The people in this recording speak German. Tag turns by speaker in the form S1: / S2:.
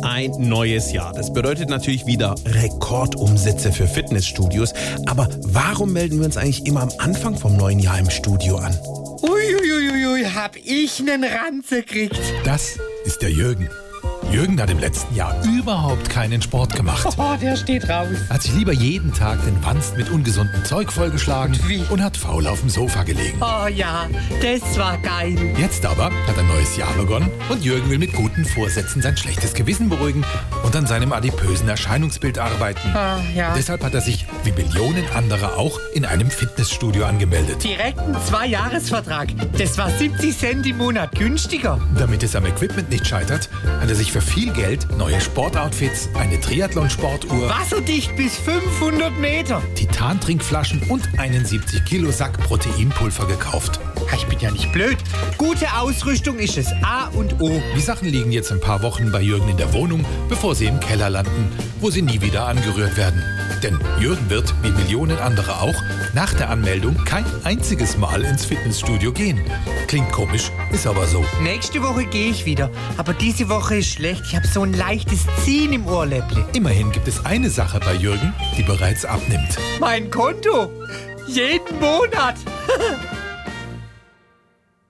S1: ein neues Jahr. Das bedeutet natürlich wieder Rekordumsätze für Fitnessstudios. Aber warum melden wir uns eigentlich immer am Anfang vom neuen Jahr im Studio an?
S2: Uiuiuiui, hab ich nen Ranze gekriegt.
S3: Das ist der Jürgen. Jürgen hat im letzten Jahr überhaupt keinen Sport gemacht.
S2: Oh, der steht raus.
S3: Hat sich lieber jeden Tag den Wanst mit ungesundem Zeug vollgeschlagen
S2: Und wie?
S3: und hat faul auf dem Sofa gelegen.
S2: Oh ja, das war geil.
S3: Jetzt aber hat ein neues Jahr begonnen und Jürgen will mit guten Vorsätzen sein schlechtes Gewissen beruhigen und an seinem adipösen Erscheinungsbild arbeiten.
S2: Ah, ja.
S3: Deshalb hat er sich, wie Millionen andere auch, in einem Fitnessstudio angemeldet.
S2: Direkt ein Zwei-Jahres-Vertrag. Das war 70 Cent im Monat günstiger.
S3: Damit es am Equipment nicht scheitert, hat er sich für viel Geld neue Sportoutfits, eine Triathlon-Sportuhr,
S2: Wasserdicht bis 500 Meter.
S3: Titantrinkflaschen und einen 70-Kilo-Sack Proteinpulver gekauft.
S2: Ha, Ich bin ja nicht blöd. Gute Ausrüstung ist es A und O.
S3: Die Sachen liegen jetzt ein paar Wochen bei Jürgen in der Wohnung, bevor sie im Keller landen, wo sie nie wieder angerührt werden. Denn Jürgen wird, wie Millionen andere auch, nach der Anmeldung kein einziges Mal ins Fitnessstudio gehen. Klingt komisch, ist aber so.
S2: Nächste Woche gehe ich wieder. Aber diese Woche ist schlecht. Ich habe so ein leichtes Ziehen im Ohrläppli.
S3: Immerhin gibt es eine Sache bei Jürgen, die bereits abnimmt.
S2: Mein Konto. Jeden Monat.